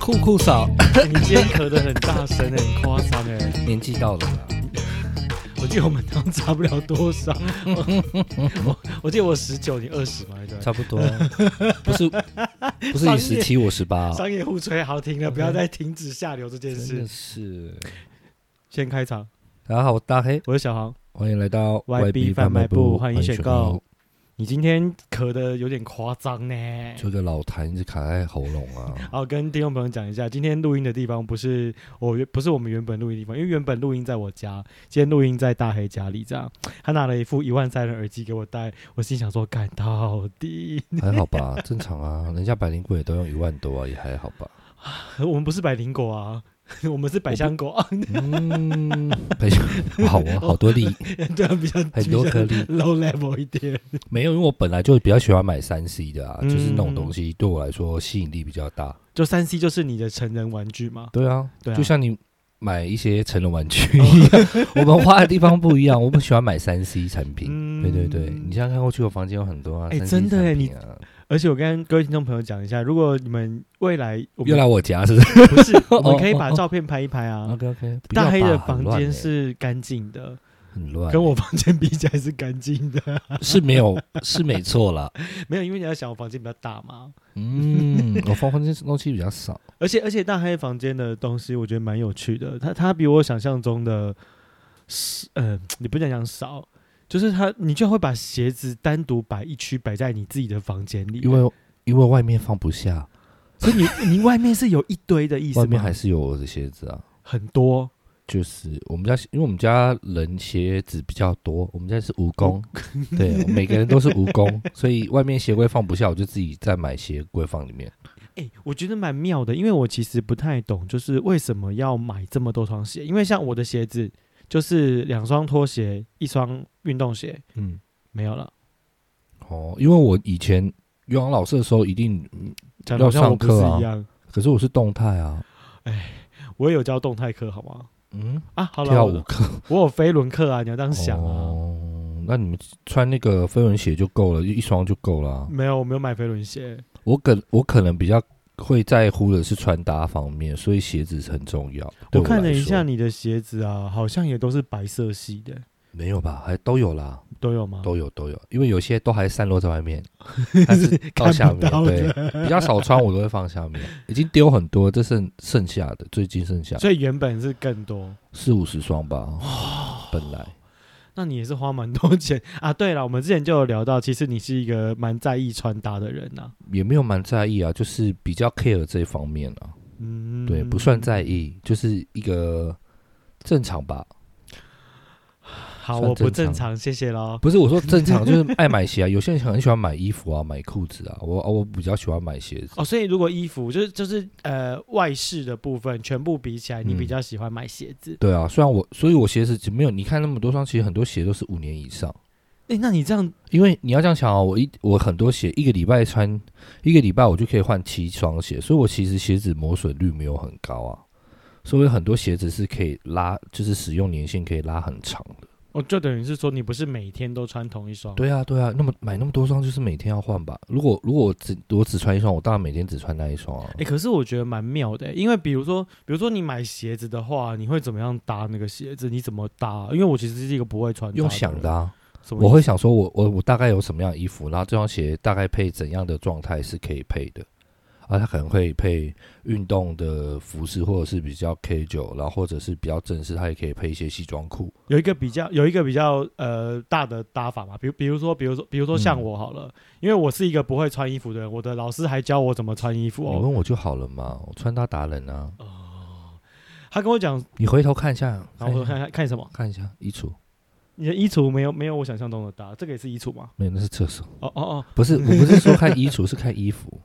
酷酷嫂欸 你今天咳得很大声、欸，很夸张哎！年纪到了啦，我记得我们当差不了 多少，我我我记得我十九，你二十嘛，对不对？差不 多，不是不是你十七，我十八、啊商业互吹好听了，不要再停止下流这件真事的。是。先开场，大家好，我大黑，我是小航。欢迎来到 YB 贩卖部欢迎选购购。你今天咳得有点夸张呢。这个老痰一直卡在喉咙啊，好，跟听众朋友讲一下，今天录音的地方不是我原不是我们原本录音的地方，因为原本录音在我家，今天录音在大黑家里。这样，他拿了一副一万三的耳机给我戴，我心想说，干到底。还好吧， 正常啊，人家百灵果也都用一万多啊，也还好吧。我们不是百灵果啊， 我们是百香果 啊，嗯，培训好 啊，好多粒，对啊，比较很多比较颗粒。 low level 一点。没有，因为我本来就比较喜欢买三 C 的啊，嗯就是那种东西对我来说吸引力比较大。就三 C 就是你的成人玩具嘛，对啊，对啊哦就像你买一些成人玩具一样，我们花的地方不一样。我不喜欢买三 C 产品。嗯对对对，你现在看过去，我房间有很多啊，哎三 C 真的哎产品啊，而且我跟各位听众朋友讲一下，如果你们未来我又们来我家是不是不是，我哦们可以哦把哦照片拍一拍啊。 ？OK OK，大黑的房间是干净的，欸很乱欸，跟我房间比起来是干净的。 是没有是没错啦。没有，因为你要想，我房间比较大嘛。嗯，我放房间东西比较少，而且而且，大黑房间的东西我觉得蛮有趣的，它它比我想象中的，是呃，你不讲讲少，就是它，你居然会把鞋子单独摆一区摆在你自己的房间里，因 为因为外面放不下，所以你你外面是有一堆的意思吗？外面还是有我的鞋子啊。很多，就是我们家，因为我们家人鞋子比较多，我们家是蜈哦蚣，对，每个人都是蜈蚣，所以外面鞋柜放不下，我就自己再买鞋柜放里面。哎、我觉得蛮妙的，因为我其实不太懂，就是为什么要买这么多双鞋？因为像我的鞋子就是两双拖鞋，一双运动鞋，嗯，没有了。哦，因为我以前游泳老师的时候一定，嗯讲得好像我不是要上课啊一样，可是我是动态啊，我也有教动态课，好吗？嗯，啊，好了，跳我舞的课，我有飞轮课啊，你要这样想啊。哦，那你们穿那个飞轮鞋就够了，一双就够了啊、没有，我没有买飞轮鞋。我可我可能比较会在乎的是穿搭方面，所以鞋子是很重要。对我看来了一说下，你的鞋子啊，好像也都是白色系的，没有吧？还都有啦。都有吗？都有都有，因为有些都还散落在外 面，还是到下面看不到对的，比较少穿，我都会放下面，已经丢很多，这剩剩下的最近剩下所以原本是更多。四五十双吧，本来那你也是花蛮多钱 啊。对了，我们之前就有聊到，其实你是一个蛮在意穿搭的人啊呐、也没有蛮在意啊，就是比较 care 这一方面啊，嗯，对，不算在意，就是一个正常吧，好，算我不正正常常，谢谢喽。不是我说正常，就是爱买鞋啊，有些人很喜欢买衣服啊，买裤子啊，我我比较喜欢买鞋子，哦，所以如果衣服就是就是呃外饰的部分全部比起来，你嗯比较喜欢买鞋子。对啊，虽然我所以我鞋子没有你看那么多双，其实很多鞋都是五年以上。哎、那你这样因为你要这样想哦，我一我很多鞋一个礼拜穿一个礼拜，我就可以换七双鞋，所以我其实鞋子磨损率没有很高啊，所以我有很多鞋子是可以拉，就是使用年限可以拉很长的。哦，就等于是说你不是每天都穿同一双。，对啊，对啊，那么买那么多双就是每天要换吧？如果如果我只我只穿一双，我当然每天只穿那一双啊。哎、可是我觉得蛮妙的、欸因为比如说，比如说你买鞋子的话，你会怎么样搭那个鞋子？你怎么搭？因为我其实是一个不会穿搭用想的的人，啊，什么我意会思想说我，我我大概有什么样的衣服，然后这双鞋大概配怎样的状态是可以配的，啊，它可能会配运动的服饰，或者是比较 K 九，然后或者是比较正式，它也可以配一些西装裤。有一个比较有一个比较呃大的搭法嘛，比如比如说比如说比如嗯说像我好了，因为我是一个不会穿衣服的人，我的老师还教我怎么穿衣服你哦。问我就好了嘛，我穿搭达人啊，他跟我讲，你回头看一下，然后我说看一下看看 看什么？看一下衣橱，你的衣橱没有没有我想象中的搭，这个也是衣 橱吗？没有，那是厕所，哦哦哦不是，我不是说看衣橱，是看衣服。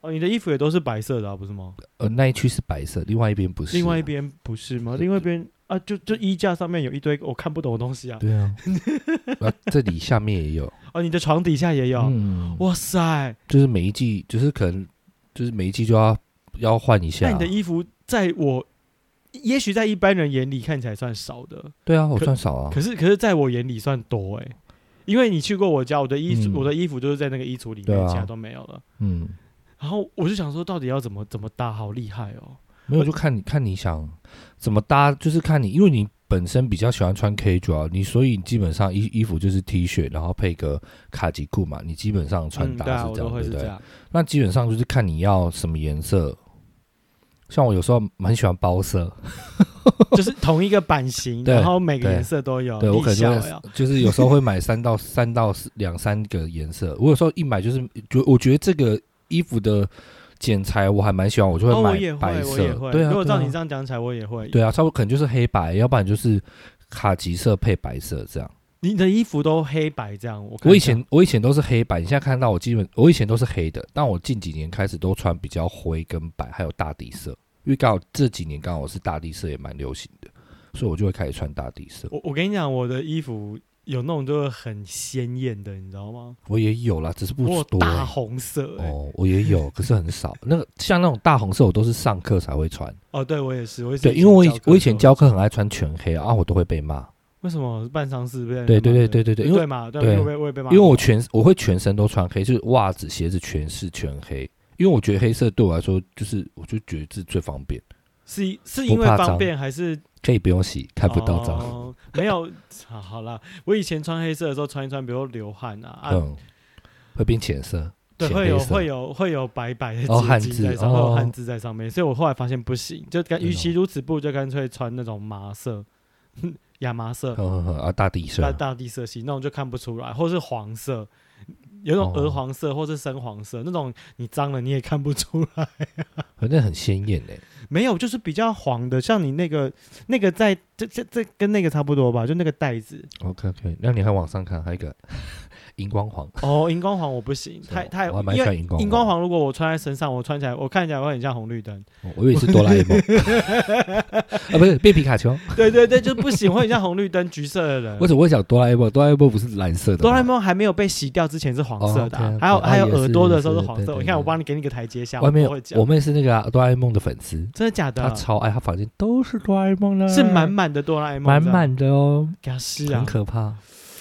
哦，你的衣服也都是白色的、啊，不是吗？呃，那一区是白色，另外一边不是、啊另外一，边不是吗？对另外一边啊，就就衣架上面有一堆我看不懂的东西啊。对 啊，那这里下面也有，哦，你的床底下也有，嗯，哇塞！就是每一季，就是可能就是每一季就要要换一下那你。的衣服在我，也许在一般人眼里看起来算少的，对啊，我可算少啊可。是可是在我眼里算多哎、因为你去过我家，我的衣橱、嗯我的衣服就是在那个衣橱里面，对啊其他都没有了。嗯，然后我就想说，到底要怎么怎么搭，好厉害哦！没有就看你看你想怎么搭，就是看你，因为你本身比较喜欢穿 K 主要你所以基本上衣衣服就是 T 恤，然后配个卡其裤嘛，你基本上穿嗯、对啊，搭是我这都样，会对是不这对？样。那基本上就是看你要什么颜色。像我有时候蛮喜欢包色，就是同一个版 型，对然后每个对颜色都有，对我可能就哦小会 就是有时候会买三到三到四两三个颜色。我有时候一买就是觉我觉得这个衣服的剪裁我还蛮喜欢，我就哦，我买也会白，我色也。会。对啊，如果对啊照你这样讲起来，我也会。对啊，差不多可能就是黑白，要不然就是卡其色配白色这样。你的衣服都黑白这样，我看我以一下前我以前都是黑白，你现在看到我基本我以前都是黑的，但我近几年开始都穿比较灰跟白，还有大地色，因为刚好这几年刚好是大地色也蛮流行的，所以我就会开始穿大地色。我我跟你讲，我的衣服有那种就是很鲜艳的，你知道吗？我也有啦，只是我不有多、大红色、欸，哦哦，我也有，可是很少。那个像那种大红色，我都是上课才会穿。哦对我也是，我也是对，因为我以我以前教课教课很爱穿全黑啊，我都会被骂。的时候，为什么我是办丧事被人对家对骂对对对对，因为对嘛，对，对因为我被我也被骂因过，为我全我会全身都穿黑，就是袜子、鞋子全是全黑，因为我觉得黑色对我来说就是我就觉得是最方便，是是不因为怕方脏便还是可以不用洗，看不到脏。哦没有，好好啦，我以前穿黑色的时候穿一穿，比如流汗啊，啊嗯，会变浅色，对，浅会有黑色会有会有白白的哦汉结字晶在上，面，会有哦汉字在上面，所以我后来发现不行，就干，真的与哦其如此，不如就干脆穿那种麻色、 亚麻色、呵呵呵啊，大地大色，大地色系，那种就看不出来，或是黄色。有那种哦鹅黄色或是深黄色，那种你脏了你也看不出来。 反正很鲜艳欸诶。没有，就是比较黄的，像你那个那个在这这这跟那个差不多吧，就那个袋子 OK OK，那你还往上看，还有一个 荧光黄，哦，荧光黄我不行，太太我还蛮喜因为欢荧光荧光，黄如果我穿在身上，我穿起来我看起来会很像红绿灯。 哦我以为是哆啦 A 梦啊，不是变皮卡丘，对对对，就不行，会很像红绿灯橘色的人为。什么会讲哆啦 A 梦？哆啦 A 梦不是蓝色的吗，哆啦 A 梦还没有被洗掉之前是黄色的啊、哦，OK，OK，还有、哦还有也是耳朵的时候是黄也是色。对对你看，我对帮你给你个台阶下，外面我都会讲有我，妹是那个啊哆啦 A 梦的粉丝，真的假的他啊？超爱，他房间都是哆啦 A 梦啦，是满满的哆啦 A 嗯梦，满这样满的哦，给他是啊很，可怕，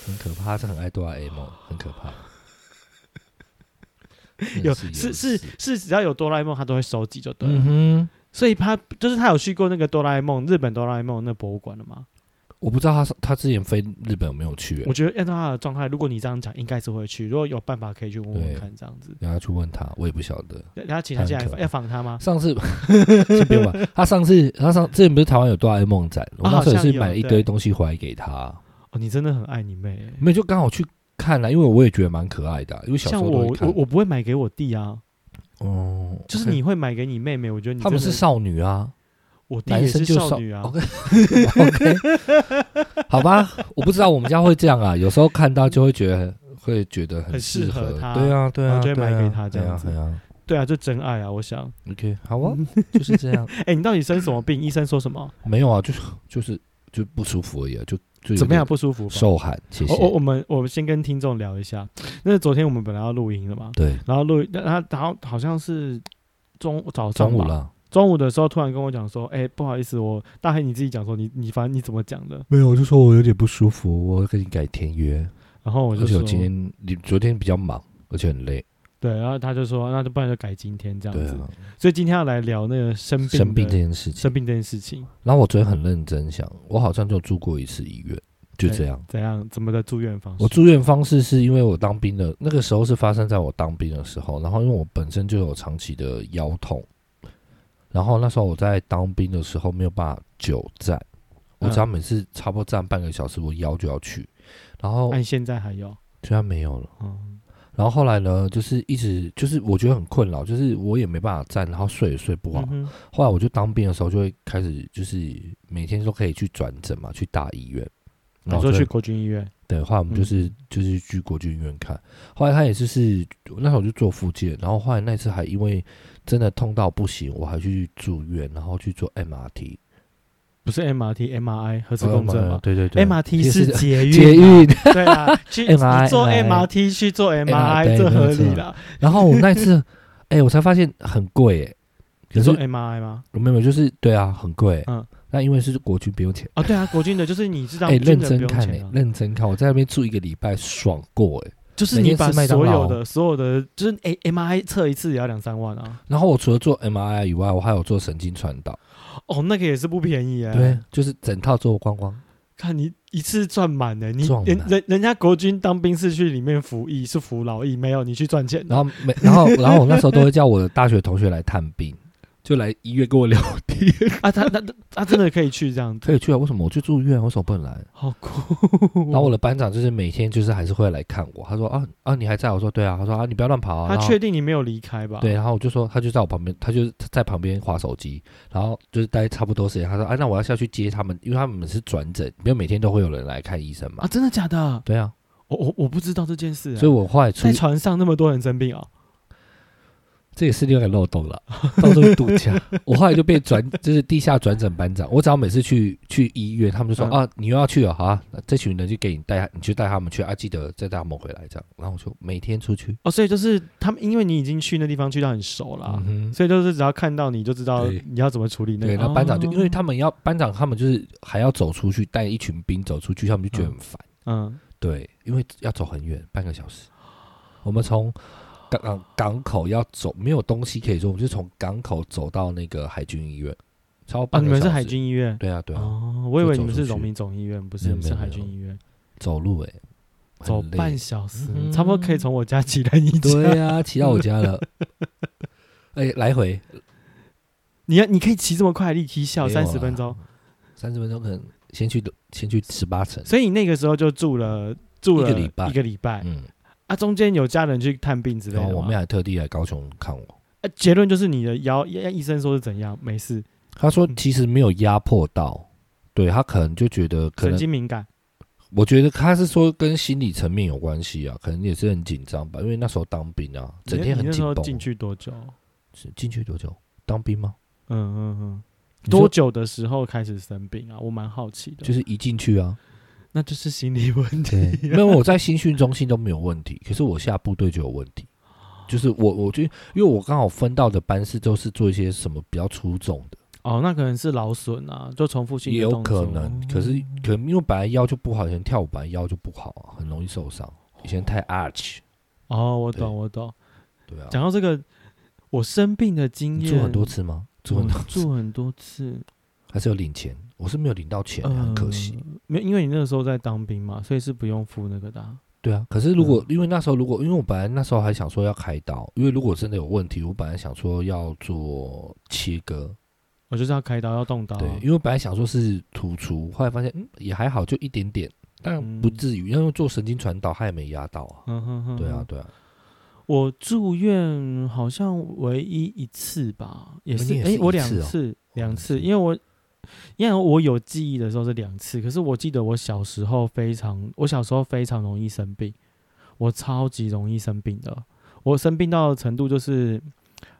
很可怕，他是很爱哆啦 A 梦，很可怕。 有真的是有是事是，只要有哆啦 A 梦，他都会收集，就对了。嗯哼，所以他就是他有去过那个哆啦 A 梦日本哆啦 A 梦那博物馆了吗？我不知道他是他之前飞日本有没有去、欸我觉得按照他的状态，如果你这样讲，应该是会去。如果有办法，可以去问问对看，这样子。等下去问他，我也不晓得。然后请他进来很可怕要访他吗？上次 先不用 吧，他上次他上之前不是台湾有哆啦 A 梦展，我那时候也啊好像是有买了一对堆东西回来给他，哦，你真的很爱你妹欸。没有就刚好去看啊了，因为我也觉得蛮可爱的啊、因为小时像候都我会我看。我不会买给我弟啊，哦，就是你会买给你妹妹，我觉得你他们真是的，少女啊， 我弟男也生是就少少女啊， OK OK，好吧，我不知道我们家会这样啊，有时候看到就会觉得会觉得很适适合合他对啊对然啊，后就会对啊买给他这样子对啊对啊，就真爱啊，我想。对啊，OK，好啊，就是这样， 哎、你到底生什么病？医生说什么？没有啊，就是就是就不舒服而已啊，就就有怎么样哦点不舒服吧？受寒，谢谢我，我我们我们先跟听众聊一下，那昨天我们本来要录音了嘛，对，然后录那那然后好像是中早上中午吧，了，中午的时候突然跟我讲说，哎、不好意思，我大黑你自己讲说你你反正你怎么讲的，没有，我就说我有点不舒服，我要跟你改天约，然后我而就且说我今天你昨天比较忙，而且很累，对，然后他就说那就不然就改今天这样对子，啊，所以今天要来聊那个生病生病的这件事情生，病这件事情。然后我昨天很认真想，我好像就住过一次医院，就这样。怎样怎么的住院方式？我住院方式是因为我当兵的那个时候是发生在我当兵的时候，然后因为我本身就有长期的腰痛，然后那时候我在当兵的时候没有办法久站，我嗯只要每次差不多站半个小时，我腰就要去，然后按现在还有，居然没有了。嗯，然后后来呢，就是一直就是我觉得很困扰，就是我也没办法站，然后睡也睡不好。嗯哼后来我就当兵的时候就会开始就是每天都可以去转诊嘛，去大医院。然哦后你说就去嗯国军医院，对，后来我们就是、就是去国军医院看，后来他也就是那时候我就做复健，然后后来那次还因为真的痛到不行，我还去住院，然后去做 MRT 不是 MRT、MRI 核磁共振呃吗对对对？MRT 是捷 运，捷运。对啊，去你 MRI 做 MRT 去做 MRI，哎对这合没理有啦。然后我那次，哎、我才发现很贵哎、可你是说 MRI 吗？没有没有，就是对啊，很贵、嗯嗯，那因为是国军不用钱。啊，对啊，国军的就是你知道，哎、军认人不真用看哎、钱啊。认真看，我在那边住一个礼拜，爽过哎、就是每你天把吃麦当所有劳的所有的，就是 A M I 测一次也要两三万啊。然后我除了做 MRI 以外，我还有做神经传导，哦，那个也是不便宜哎、对，，就是整套做光光。看你一次赚满了，你赚人满人人家国军当兵是去里面服役，是服劳役，没有你去赚钱的。然后每然后然后我那时候都会叫我的大学同学来探 病，就来医院跟我聊天。啊，他他他他真的可以去这样 子，可以去啊？为什么我去住院？为什么不能来？好酷。然后我的班长就是每天就是还是会来看我，他说啊啊你还在？我说对啊，他说啊你不要乱跑啊。他然后确定你没有离开吧？对，，然后我就说他就在我旁边，他就在旁边划手机，然后就是待差不多时间，他说啊那我要下去接他们，因为他们是转诊，没有每天都会有人来看医生嘛。啊，真的假的？对啊，我我我不知道这件事、欸所以我后来出在船上那么多人生病啊、这也是另外一个漏洞了， 到处度假。我后来就被转，就是地下转诊班长。我只要每次去去医院，他们就说、嗯啊，你又要去了，好啊，那这群人就给你带，你去带他们去啊，记得再带他们回来这样。然后我就每天出去，哦，所以就是他们，因为你已经去那地方去到很熟了、啊嗯哼，所以就是只要看到你就知道对你要怎么处理那个。对，然后班长就、哦因为他们要班长，他们就是还要走出去带一群兵走出去，他们就觉得很烦。嗯，对，因为要走很远，半个小时。我们从港港港口要走，没有东西可以做，我们就从港口走到那个海军医院，超啊，半你个小时。们是海？军医院。对啊，对啊。哦，我以就为走你们是出去荣民总医院，不是，没有你们没是有海没有军医院，走路哎、很走累半小时，嗯差不多可以从我家骑来你家。对 啊，骑到我家了，哎、来回你要你可以骑这么快，立体笑没有啊三十分钟，三十分钟，可能先去先去十八层，所以你那个时候就住了住了一个礼拜一个礼拜嗯，啊，中间有家人去探病之类然后的我吗妹？还特地来高雄看我，啊，结论就是你的腰，医医生说是怎样，没事，她嗯说其实没有压迫到，对她可能就觉得可神能，经敏感。我觉得她是说跟心理层面有关系啊，可能也是很紧张吧，因为那时候当兵啊，整天你很那时紧候绷。进去多久？是进去多久？当兵吗？嗯嗯嗯，你说多久的时候开始生病啊？我蛮好奇的。就是一进去啊，那就是心理问题。对，因为我在新训中心都没有问题，可是我下部队就有问题。就是我，我就因为我刚好分到的班是都是做一些什么比较出众的， 哦，那可能是劳损啊，就重复性也的有动作哦可能。可是可能因为本来腰就不好，以前跳舞本来腰就不好啊，很容易受伤。以前太 arch，哦，我对懂我懂。对啊。讲到这个，我生病的经你验，住很多次吗？住很多我次住很多次，还是有领钱？我是没有领到钱，啊嗯，很可惜。。没有，因为你那个时候在当兵嘛，所以是不用付那个的啊。对啊，可是如果因为那时候如果因为我本来那时候还想说要开刀，因为如果真的有问题，我本来想说要做切割，我就是要开刀，要动刀啊。对，因为我本来想说是突出，后来发现嗯也还好，就一点点，但不至于。因为做神经传导，他也没压到啊。嗯哼哼，对啊哼，，对啊，我住院好像唯一一次吧，也是你也是诶，一我两次哦次，两次，两次因为我因为我有记忆的时候是两次，可是我记得我小时候非常，我小时候非常容易生病，我超级容易生病的，我生病到的程度就是。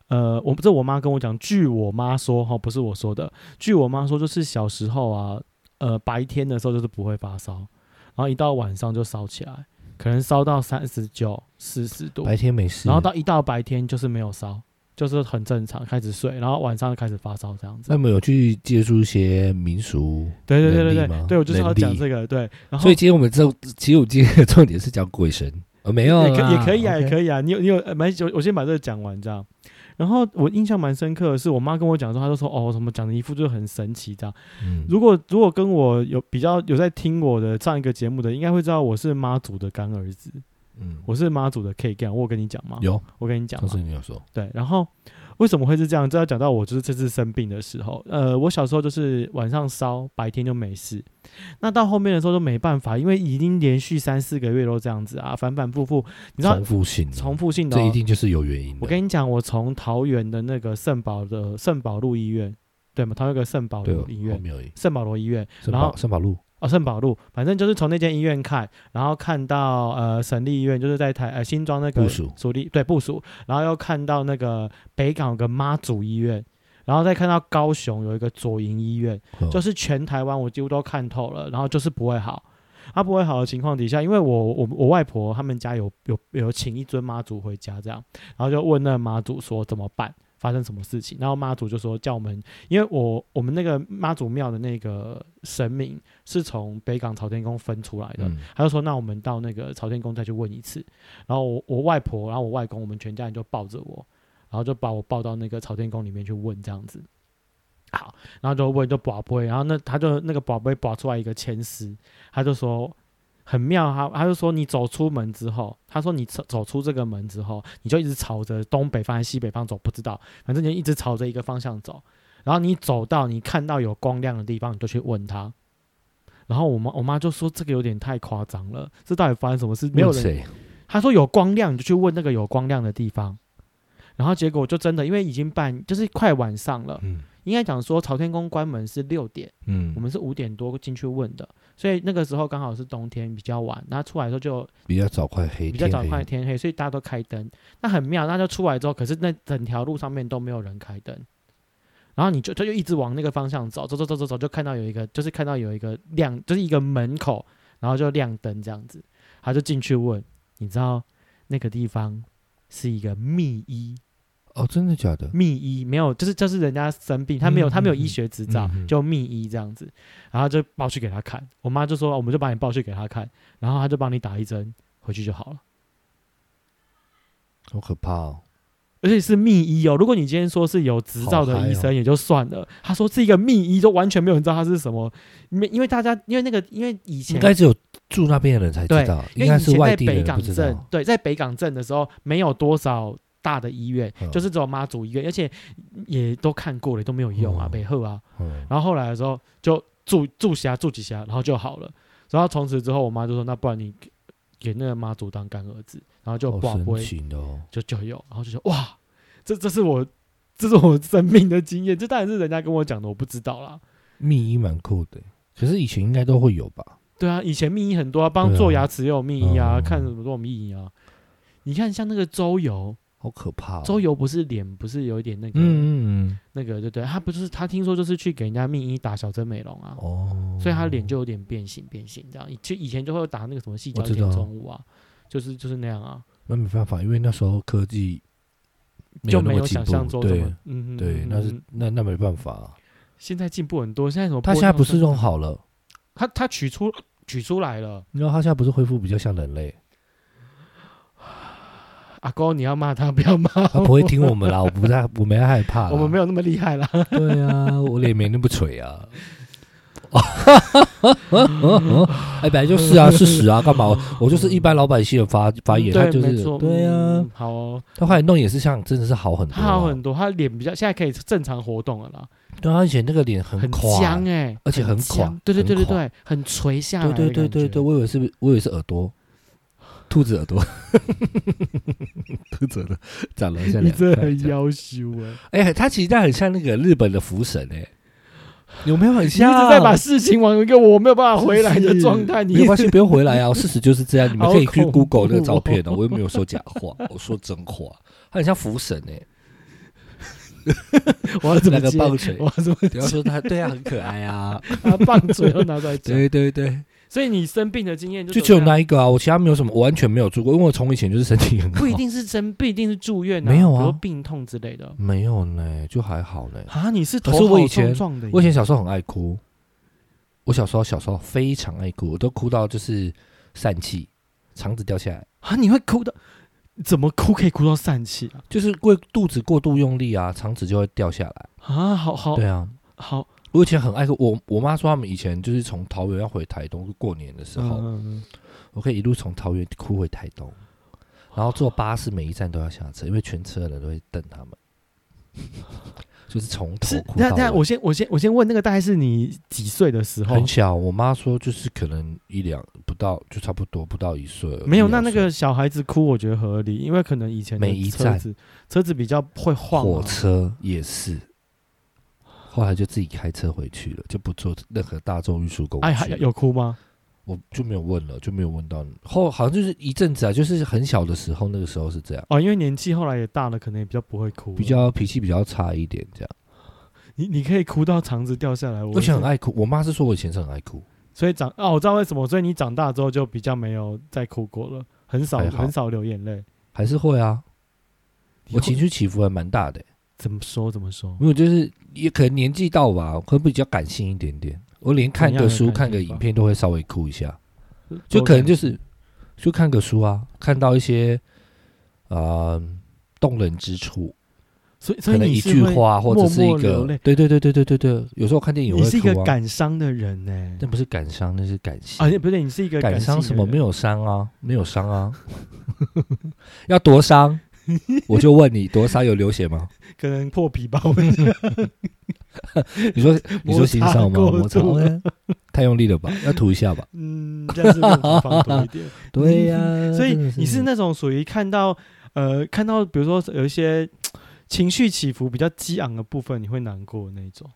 呃，我这我妈跟我讲，据我妈说哈，不是我说的，据我妈说，就是小时候啊，呃，白天的时候就是不会发烧，然后一到晚上就烧起来，可能烧到三十九、四十度，白天没事，然后到一到白天就是没有烧，就是很正常，开始睡，然后晚上开始发烧这样子那。么有去接触一些民俗，对对对能力对吗对，对我就是要讲能力这个对，然后所以今天我们这其实我今天的重点是讲鬼神，呃，没有也可也可以啊，也以。可以啊。你有你有，呃蛮我我先把这个讲完这样。然后我印象蛮深刻的是，我妈跟我讲说，她就说哦，什么讲的一副就是很神奇这样。嗯，如果如果跟我有比较有在听我的上一个节目的，应该会知道我是妈祖的干儿子，嗯我是妈祖的 K 干。我有跟你讲吗？，有，我跟你讲上嘛。次你有说，对，然后为什么会是这样？这要讲到我就是这次生病的时候，呃，我小时候就是晚上烧，白天就没事。那到后面的时候就没办法，因为已经连续三四个月都这样子啊，反反复复，你知道重复性的，重复性的、这一哦。定就是有原因的。我跟你讲，我从桃园的那个圣保的圣保路医院，对吗？桃园有个圣保对哦路医后院，面有一圣保罗医院，圣然后保圣保路，哦，圣保路，反正就是从那间医院看，然后看到呃省立医院，就是在台呃新庄那个部署属地对部署，然后又看到那个北港有个妈祖医院，然后再看到高雄有一个左营医院，嗯就是全台湾我几乎都看透了，然后就是不会好。他、不会好的情况底下，因为我我我外婆他们家有有有请一尊妈祖回家这样，然后就问那妈祖说怎么办，发生什么事情。然后妈祖就说叫我们，因为我我们那个妈祖庙的那个神明是从北港朝天宫分出来的，嗯他就说那我们到那个朝天宫再去问一次。然后我我外婆，然后我外公，我们全家人就抱着我，然后就把我抱到那个朝天宫里面去问这样子。好，然后就问就宝贝，然后那他就那个宝贝宝出来一个千丝，他就说很妙，啊他他就说你走出门之后，他说你走走出这个门之后，你就一直朝着东北方还是西北方走，不知道，反正你就一直朝着一个方向走，然后你走到你看到有光亮的地方，你就去问他。然后我妈我妈就说这个有点太夸张了，这到底发生什么事？没有问人谁？他说有光亮，你就去问那个有光亮的地方。然后结果就真的，因为已经半就是快晚上了，嗯应该讲说朝天宫关门是六点，嗯我，们是五点多进去问的，所以那个时候刚好是冬天比较晚，那出来的时候就比较早快黑，比较早天黑快天黑，所以大家都开灯。那很妙，那就出来之后，可是那整条路上面都没有人开灯，然后你就他就一直往那个方向走，走走走走走，就看到有一个，就是看到有一个亮，就是一个门口，然后就亮灯这样子，他就进去问，你知道那个地方是一个密医，哦，真的假的？密医没有，就是就是人家生病，他没嗯有他没有嗯医学执照嗯，嗯就密医这样子，然后就报去给他看。我妈就说，哦我们就把你报去给他看，然后他就帮你打一针，回去就好了。好可怕哦！而且是密医哦。如果你今天说是有执好照嗨的哦医生也就算了，他说是一个密医，就完全没有人知道他是什么，因为因为大家因为那个因为以前应该只有住那边的人才知道，应因为该以是前外在地的北人港不知镇道。，对，在北港镇的时候没有多少大的医院，嗯就是只有妈祖医院，而且也都看过了，都没有用啊，嗯北鹤啊。嗯，然后后来的时候就住住下住几下，然后就好了。然后从此之后，我妈就说：“那不然你给给那个妈祖当干儿子。”然后就好挂神龟，奇的哦！就就有，然后就说哇，这这是我这是我 生命的经验，这当然是人家跟我讲的，我不知道啦。密衣蛮酷的，可是以前应该都会有吧？对啊，以前密医很多啊，帮对啊做牙齿也有密医啊，嗯看什么都有密医啊。你看像那个周游，好可怕哦！周游不是脸不是有一点那个、嗯嗯那个对不对？他不是他听说就是去给人家密医打小针美容啊嗯，，哦，所以他脸就有点变形变形这样。以就以前就会打那个什么细胶我知填道充物啊，就是就是那样啊，那没办法，因为那时候科技就那没么有进想步，象中这对么嗯嗯对，嗯那是嗯那那没办法啊，现在进步很多，现在什么他玻现在尿不是酸用好了，他他取出取出来了，你知道他现在不是恢复比较像人类，阿公你要骂他不要骂我，他不会听我们啦，我不太我没害怕啦，我们没有那么厉害啦。对啊，我脸没那么垂啊。哎，本来就是啊，事实啊，干嘛？我我就是一般老百姓的发发言，对，他就没是错，对啊嗯，，好哦，他后来弄也是像，真的是好很多他啊。好很多，他脸比较现在可以正常活动了啦，对啊，而且那个脸很很垮，僵哎，而且很垮僵对对对对很垮对，很垂下来对的感对觉，对对对，我以为是，我以为是耳朵，兔子耳朵，兔子耳朵长了一下你两真的块很这样要羞哎，哎、他其实他很像那个日本的福神哎、有没有很你一像？直在把事情往一个我没有办法回来的状态，你没一关直系，不用回来啊。事实就是这样，你们可以去好恐 Google 怖那个照片哦。我又没有说假话， 我说真话。他很像福神哎、我要怎么那个接棒槌 我要怎 么不要说他，对啊，很可爱啊。把棒槌又拿出来讲？ 对对对，所以你生病的经验就就只有怎么样那一个啊，我其他没有什么，我完全没有住过，因为我从以前就是身体很好。 不一定是生，不一定是住院啊，没有啊比如病痛之类的。没有呢，就还好呢。啊，你是可头是我好以前撞撞的耶，我以前小时候很爱哭，我小时候小时候非常爱哭，我都哭到就是疝气，肠子掉下来，啊，你会哭的，怎么哭可以哭到疝气啊？就是过肚子过度用力啊，肠子就会掉下来。啊，好好对啊，好，我以前很爱哭，我我妈说他们以前就是从桃园要回台东过年的时候，嗯，我可以一路从桃园哭回台东，然后坐巴士每一站都要下车，因为全车的人都会瞪他们， 就是从头是，哭那到那我尾。先我先我先问那个大概是你几岁的时候很？小，我妈说就是可能一两不到，就差不多不到一岁。啊没有，一那两那岁个小孩子哭，我觉得合理，因为可能以前每一的车站子车子比较会晃火啊，车也是，后来就自己开车回去了，就不坐任何大众运输工具。哎，还有哭吗？我就没有问了，就没有问到你。后好像就是一阵子啊，就是很小的时候，那个时候是这样，哦，因为年纪后来也大了，可能也比较不会哭了。比较脾气比较差一点这样。你你可以哭到肠子掉下来，我而且很是，爱哭，我啊妈是说我以前是很爱哭，所以长哦，我知道为什么，所以你长大之后就比较没有再哭过了，很少还好很少流眼泪。还是会啊。你我会情绪起伏还蛮大的欸、怎么说怎么说？没有，就是也可能年纪到吧，可能比较感性一点点。我连看个书、怎么样的看个感性法影片都会稍微哭一下，就可能就是就看个书啊，看到一些呃动人之处，所以所可以能你一是句会，话或者是一默默流个泪对对对对对对对，有时候看电影我你会是一个哭啊，感伤的人呢、那不是感伤，那是感性啊，你不对，你是一个感伤什么？没有？有伤啊，没有伤啊， 要多伤？我就问你，多伤有流血吗？可能破皮吧， 你 说你说欣赏吗？摩摩擦擦过度 OK 太用力了吧？要涂一下吧？嗯，这样是不是放多 一点？对呀、 所以真的是你是那种属于看到呃看到，比如说有一些情绪起伏比较激昂的部分，你会难过的那一种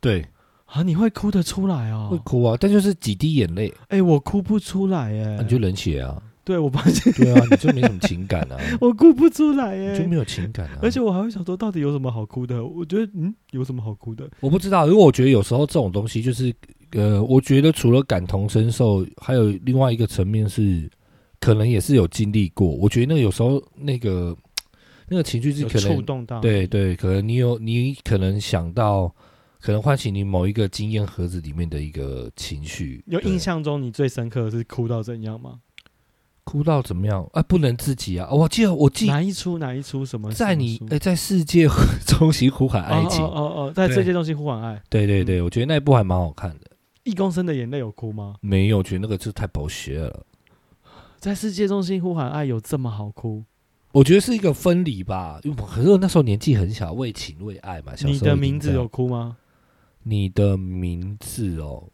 对啊？你会哭得出来哦会？哭啊，但就是几滴眼泪，哎、我哭不出来哎、啊你就冷血啊， 对我发现对啊，你就没什么情感 啊，我哭不出来哎、你就没有情感啊。而且我还会想说，到底有什么好哭的？我觉得，嗯，有什么好哭的？我不知道，因为我觉得有时候这种东西就是，呃，我觉得除了感同身受，还有另外一个层面是，可能也是有经历过。我觉得那个有时候那个那个情绪是有可触能，动到，对对，可能你有你可能想到，可能唤起你某一个经验盒子里面的一个情绪，有对印象中你最深刻的是哭到怎样吗？哭到怎么样啊？不能自己啊！哦我记得我记哪一出？哪一出？什么？在你什么哎、书在世界中心呼喊爱情，哦哦哦哦，在对这些东西呼唤爱，对对对，我觉得那一部还蛮好看的。一公升的眼泪有哭吗？没有，我觉得那个就太狗血了。在世界中心呼喊爱有这么好哭？我觉得是一个分离吧，因为我可是我那时候年纪很小，为情为爱嘛。小时候你的已经名字这样有哭吗？你的名字哦，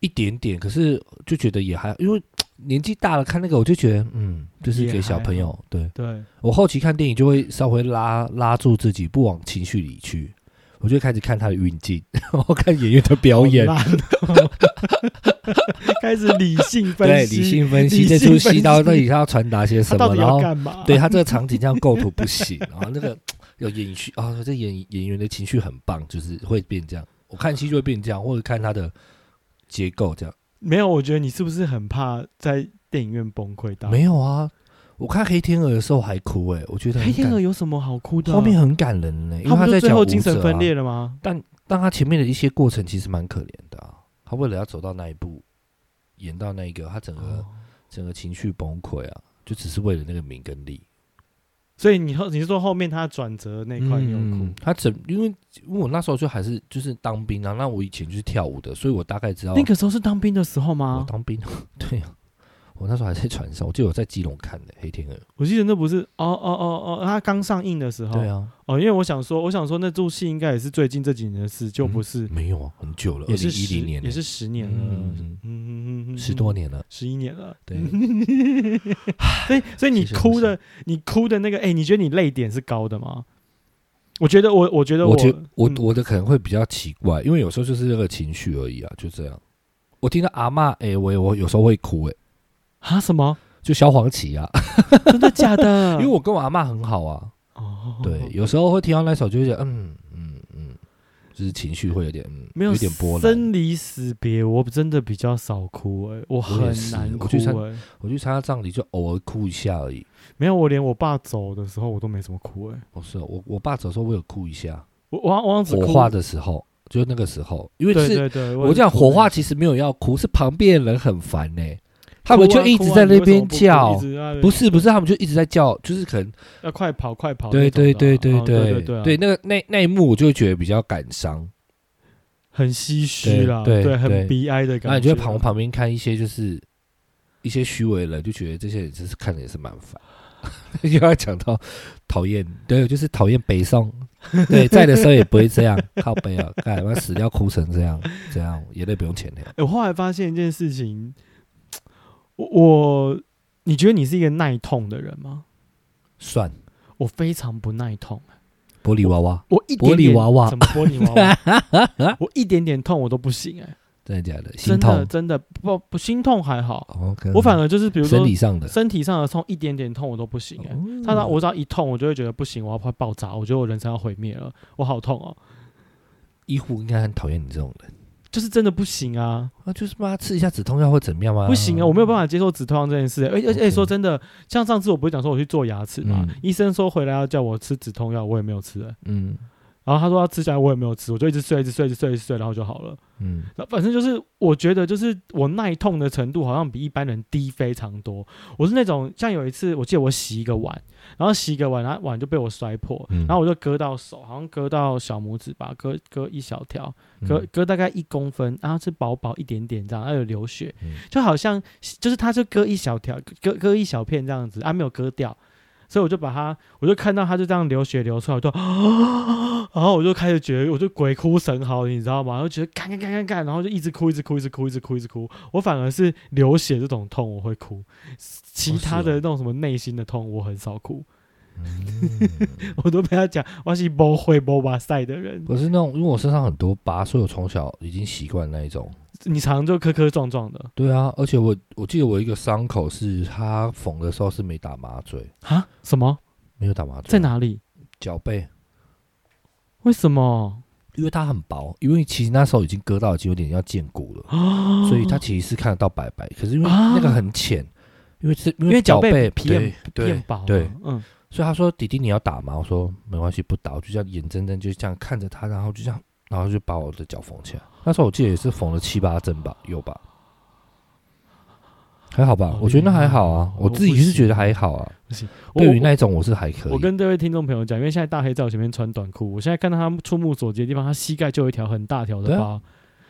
一点点，可是就觉得也还，因为年纪大了看那个，我就觉得嗯，就是也给小还朋友好。对对，我后期看电影就会稍微拉拉住自己，不往情绪里去。我就开始看他的运镜， 然后看演员的表演，好烂哦 开始理性对分析，理性分析理这出性戏分到到析底他要传达些他什到么，底然要后干嘛？对他这个场景这样构图不行，然后那个有演绪啊、这演演员的情绪很棒，就是会变这样。我看戏就会变这样，或者看他的结构这样。没有，我觉得你是不是很怕在电影院崩溃到？没有啊，我看《黑天鹅》的时候还哭哎、我觉得很黑天感鹅有什么好哭的？后面很感人呢、因为他不在是最讲后舞精神者分裂啊，了吗？但他前面的一些过程其实蛮可怜的啊。他为了要走到那一步，演到那一个，他整个、哦整个情绪崩溃啊，就只是为了那个名跟利。所以你后你是说后面他转折那块你有哭嗯？他整，因为因为我那时候就还是就是当兵啊，那我以前就是跳舞的，所以我大概知道那个时候是当兵的时候哦我吗？当兵， 对啊，我那时候还在船上，我记得我在基隆看的《黑天鹅》，我记得那不是哦哦哦哦，他刚上映的时候。对啊，哦，因为我想说，我想说那部戏应该也是最近这几年的事，就不是，没有啊，很久了，也嗯二是零一十零年，也是十年了，嗯嗯嗯嗯，十多年了，十一年了。对， 所以所以你谢谢哭不是的，你哭的那个，哎、你觉得你泪点是高的吗？我觉得我，我觉得我觉我嗯我的可能会比较奇怪，因为有时候就是那个情绪而已啊，就这样。我听到阿嬷哎、我我有时候会哭哎、啊什么？就萧煌奇啊，真的假的？ 因为我跟我阿嬷很好啊，哦，对，有时候会听到那首就会觉得，嗯嗯嗯，就是情绪会有点，嗯，没有有点波澜。生离死别，我真的比较少哭、哎，我很我也是难我哭、去参哎，我去参加葬礼就偶尔哭一下而已。没有，我连我爸走的时候我都没怎么哭、哎，不是哦我，我爸走的时候我有哭一下，我我我好像只火哭化的时候，就那个时候，因为对是对对，我讲也是火哭啊化，哎其实没有要哭，是旁边的人很烦呢、他们就一直在那边叫，不是不是，他们就一直在叫，就是可能要啊快跑快跑对那种的对啊，对哦对对对啊对，那个那那一幕我就会觉得比较感伤，很唏嘘啦，对对对很悲哀的然后感你就觉。会啊旁旁边看一些就是一些虚伪的人，就觉得这些人真是看的也是蛮烦。 又要讲到讨厌，对，就是讨厌北 宋，对，在的时候也不会这样，靠北啊，干嘛死掉哭成这样，这样眼泪不用钱了。哎我后来发现一件事情，我我你觉得你是一个耐痛的人吗？算我非常不耐痛，欸玻璃娃娃，我一点点玻璃娃娃怎么玻璃娃 娃？我一点点痛我都不行哎、真的假的？心真的痛真的不不心痛还好， ，OK，我反而就是比如生说理上的，身体上的痛一点点痛我都不行哎、哦他让我只要一痛，我就会觉得不行，我要快爆炸，我觉得我人生要毁灭了，我好痛哦。医护应该很讨厌你这种人，就是真的不行啊，啊，就是妈吃一下止痛药会怎么样吗？不行啊，我没有办法接受止痛药这件事、欸而且而且、 OK 说真的，像上次我不是讲说我去做牙齿嘛，嗯医生说回来要叫我吃止痛药，我也没有吃、欸嗯然后他说要吃起来，我也没有吃，我就一直睡，一直睡，一直睡，一直睡，然后就好了。嗯，那反正就是，我觉得就是我耐痛的程度好像比一般人低非常多。我是那种像有一次，我记得我洗一个碗，然后洗一个碗，然后碗就被我摔破，嗯然后我就割到手，好像割到小拇指吧，割割一小条，割嗯割大概一公分，然后是薄薄一点点这样，还有流血嗯，就好像就是它就割一小条，割割一小片这样子，啊没有割掉，所以我就把它，我就看到它就这样流血流出来，我就， 然后我就开始觉得我就鬼哭神嚎，你知道吗？然后觉得干干干干干，然后就一直哭一直哭一直哭一直哭一直哭，我反而是流血这种痛我会哭，其他的是哦嗯那种什么内心的痛我很少哭。 我都被他讲，我是不会不哇塞的人。我是那种，因为我身上很多疤，所以我从小已经习惯那一种。你常常就磕磕撞撞的对啊，而且我我记得我一个伤口是他缝的时候是没打麻醉，啊？什么？没有打麻醉，在？哪里？脚背，为 什么？因为它很薄，因为其实那时候已经割到已经有点要见骨了，啊所以它其实是看得到白白，可是因为啊那个很浅，因为是因因为脚脚背背皮对对变薄了。对，嗯，所以他说：“弟弟，你要打吗？”我说：“没关系，不打。”我就这样眼睁睁就这样看着他，然后就这样，然后就把我的脚缝起来。那时候我记得也是缝了七八针吧，有吧？还好吧好，我觉得那厉害还好啊哦，我自己是觉得还好啊。我对于那一种，我是还可我以。我跟这位听众朋友讲，因为现在大黑在我前面穿短裤，我现在看到他触目所及的地方，他膝盖就有一条很大条的对疤啊，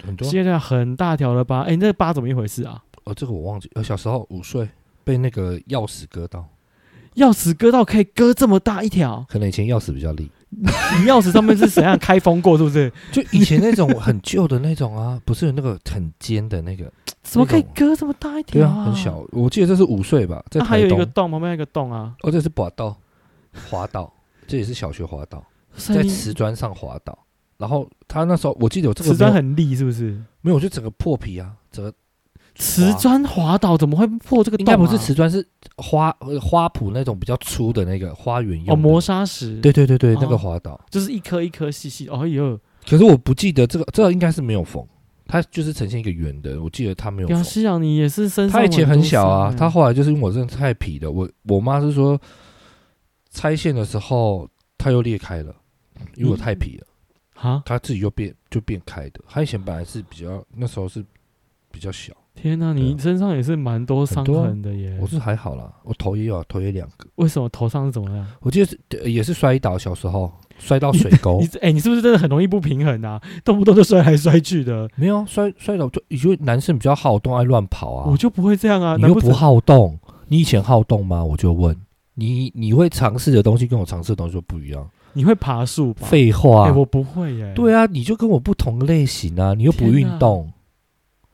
很多膝盖上很大条的疤。哎，那个疤怎么一回事啊？哦，这个我忘记。呃，小时候五岁被那个钥匙割到，钥匙割到可以割这么大一 条，可能以前钥匙比较利，你钥匙上面是怎样开封过？是 不是？就以前那种很旧的那种啊，不是有那个很尖的那 个，怎么可以割这么大一对条、啊，很小。我记得这是五岁吧，在那啊还有台一个东。洞，旁边有一个洞啊，哦，这是滑道，滑道，这也是小学滑道，所在以你瓷砖上滑道。然后他那时候我记得有这个瓷砖没有很利是不是？没有，就整个破皮啊，整个瓷砖滑倒怎么会破这个应洞、啊？该不是瓷砖，是花呃花圃那种比较粗的那个花园用的哦，磨砂石，对，对对对，那哦个滑道。就是一颗一颗细细。哦哟，可是我不记得这个，这个应该是没有缝，它就是呈现一个圆的。我记得它没有表缝。示长你也是身啊上他以前很小啊多，伤他欸后来就是因为我真的太皮了，我我妈是说拆线的时候它又裂开了，因为我太皮了。啊，他自己又变就变开的。他以前本来是比较那时候是比较小，天哪、你啊身上也是蛮多伤痕的耶。我是还好啦，我头也有啊头也两个，为什么头上是怎么样？我记得是呃也是摔倒，小时候摔到水沟 你，哎、你是不是真的很容易不平衡啊？动不动就摔来摔去的，没有啊摔摔倒就因为男生比较好动爱乱跑啊我，就不会这样啊。你难又不不成好动，你以前好动吗？我就问你，你会尝试的东西跟我尝试的东西就不一样，你会爬树吧？废哎、话，我不会耶、对啊，你就跟我不同类型啊，你又不天运哪动。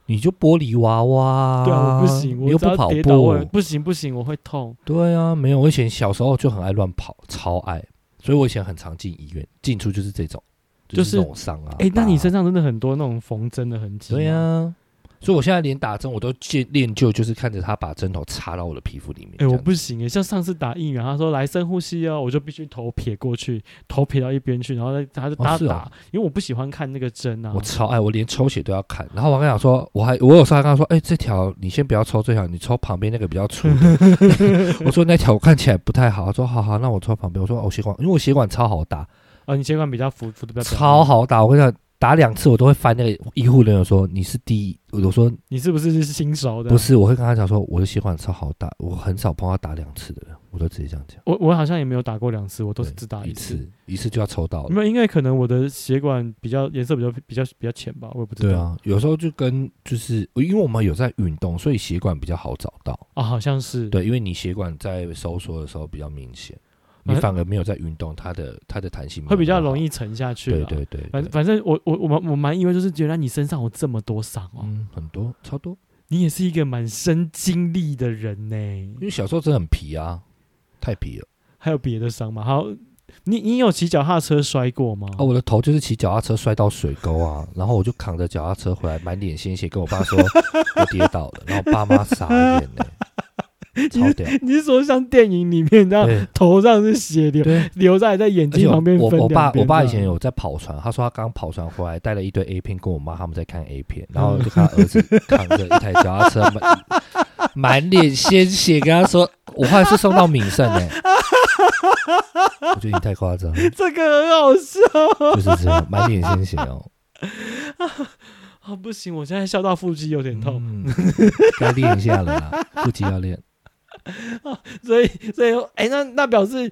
你就玻璃娃娃，对啊，我不行，我你又只不要跑跌倒步我，不行不行，我会痛。对啊，没有，我以前小时候就很爱乱跑，超爱，所以我以前很常进医院，进出就是这种，就是是这种伤啊。哎、那疤你身上真的很多那种缝针的痕迹。对啊，所以我现在连打针我都练练就，就是看着他把针头插到我的皮肤里面。哎、我这样不行哎，像上次打疫苗，他说来深呼吸哦，我就必须头撇过去，头撇到一边去，然后再他就哦打、是哦打，因为我不喜欢看那个针啊我。超哎爱，我连抽血都要看。然后我跟他讲说，我还我有时候还跟他说，哎、这条你先不要抽这条，你抽旁边那个比较粗的。 我说那条我看起来不太好，他说好好，那我抽旁边。我说哦，我血管，因为我血管超好 打，啊，你血管比较浮浮的比较表超面，好打。我跟你讲，啊打两次我都会翻那个医护人员说你是第一，我说你是不是是新手的？不，是，我会跟他讲说，我的血管超好打，我很少碰到打两次的人，我都直接这样讲，我我好像也没有打过两次，我都是对只打一次。次一次就要抽到了。没有，因为可能我的血管比较颜色比较比较比较浅吧，我也不知道。对啊，有时候就跟就是因为我们有在运动，所以血管比较好找到。啊，好像是。对，因为你血管在收缩的时候比较明显，你反反而没有在运动，它的它的弹性没有哎会比较那么好容易。沉下去对啦。对对，反对反正我我我蛮我蛮意外，就是原来你身上有这么多伤哦，嗯，很多超多，你也是一个满身经历的人呢、因为小时候真的很皮啊，太皮了。还有别的伤吗？好，你你有骑脚踏车摔过吗？啊，我的头就是骑脚踏车摔到水沟啊，然后我就扛着脚踏 车回来，满脸鲜血，跟我爸说我跌倒了，然后我爸妈傻眼呢、超屌。 你是说像电影里面这样对头上是血流对，流在在眼而且睛我旁边我分我爸两边我爸以这样前有在跑船，他说他刚跑船回来，带了一堆 A 片跟我妈他们在看 A 片，然后就看他儿子扛着一台脚踏车，满满脸鲜血，跟他说，我后来是送到闽盛 哎、我觉得你太夸张了，这个很好笑就是这样，满脸鲜血哦， 啊！不行，我现在笑到腹肌有点痛，嗯，该练一下了啦， 腹肌要练，所以所以哎、那那表示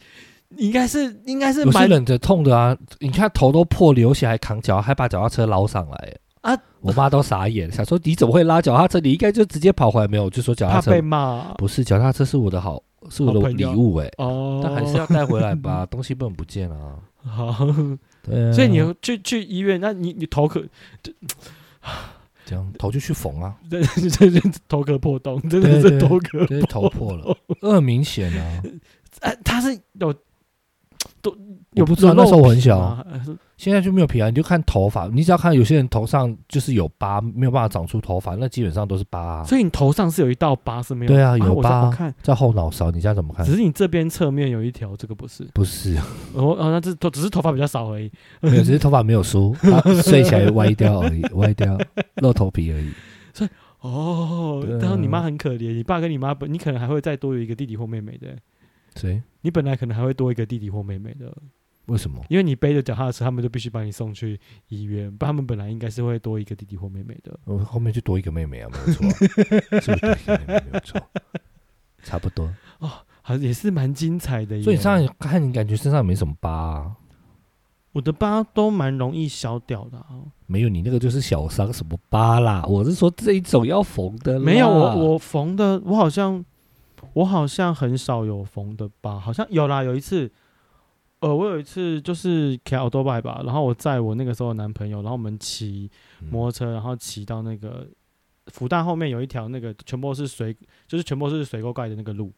你应该是应该是我是蛮忍着痛的啊，你看头都破流血，还扛脚，还把脚踏车捞上来、啊啊！我妈都傻眼，想说你怎么会拉脚踏车？你应该就直接跑回来没有？我就说脚踏怕车被骂不是，脚踏车是我的好，是我好的朋礼友物哎、哦，但还是要带回来 吧，东西不能不见啊。好。对啊，所以你去去医院，那你你头壳 这样头就去缝啊，真真是头壳破洞，真对的是对头壳就是头破 了，很明显啊。哎，他是有都有我不知道有那时候我很肉皮小啊吗还是现在就没有皮啊，你就看头发，你只要看有些人头上就是有疤，没有办法长出头发，那基本上都是疤、啊。所以你头上是有一道疤是没有？对啊，有我怎疤、哎么看？在后脑勺，你这样怎么看只？是你这边侧面有一条，这个不 是。不是，哦哦，那这头只是头发比较少而已。 没有，只是头发没有梳，它睡起来歪掉而已，歪掉，露头皮而已。哦对，啊然后你妈很可怜，你爸跟你妈本，你可能还会再多有一个弟弟或妹妹的。谁？你本来可能还会多一个弟弟或妹妹的，为什么？因为你背着脚踏车，他们就必须把你送去医院，不然他们本来应该是会多一个弟弟或妹妹的。我后面就多一个妹妹啊，没有 错、啊，是不是多一个妹妹没有错？差不多。哦，好，也是蛮精彩的耶。所以你上来看，你感觉身上也没什么疤、啊，我的疤都蛮容易消掉的、啊。没有你那个就是小伤什么疤啦。我是说这一种要缝的啦，没有，我我缝的，我好像我好像很少有缝的疤，好像有啦，有一次，呃，我有一次就是开奥多拜吧，然后我载我那个时候的男朋友，然后我们骑嗯摩托车，然后骑到那个福大后面有一条那个全部都是水，就是全部都是水沟盖的那个路。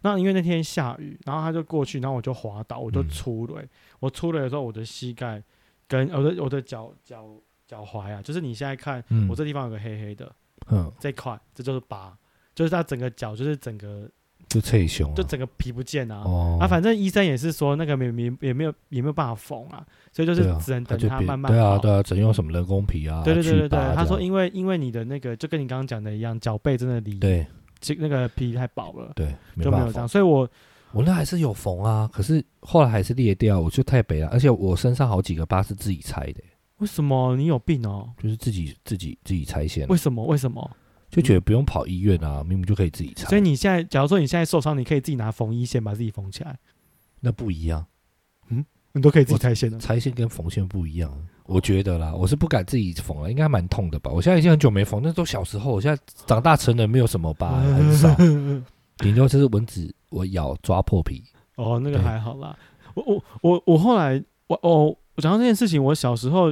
那因为那天下雨，然后他就过去，然后我就滑倒，我就嗯出了、我出了的时候，我的膝盖跟呃我的我的脚脚脚踝啊，就是你现在看嗯我这地方有个黑黑的，嗯这块，这就是疤，就是他整个脚，就是整个，就脆胸、啊，就整个皮不见啊。哦啊，反正医生也是说那个没没也没有也没有办法缝啊，所以就是对啊只能他等就它别慢慢对啊好对啊，只能用什么人工皮啊，对对对去对对疤这他说样因为因为你的那个就跟你刚刚讲的一样，脚背真的离对这那个皮太薄了，对，没就没办法有这缝样，。所以我我那还是有缝啊，可是后来还是裂掉，我就太北了。而且我身上好几个疤是自己拆的，为什么你有病哦？就是自己自己自己拆线，为什么为什么？就觉得不用跑医院啊，明明就可以自己拆。所以你现在假如说你现在受伤，你可以自己拿缝衣线把自己缝起来，那不一样，你都可以自己拆线的。拆线跟缝线不一样，啊我觉得啦，我是不敢自己缝啊了，应该蛮痛的吧？我现在已经很久没缝，那都小时候，我现在长大成人没有什么疤，嗯很少， 顶多就是蚊子我咬抓破皮。哦，那个对还好啦。我我我我后来我哦，我讲到这件事情，我小时候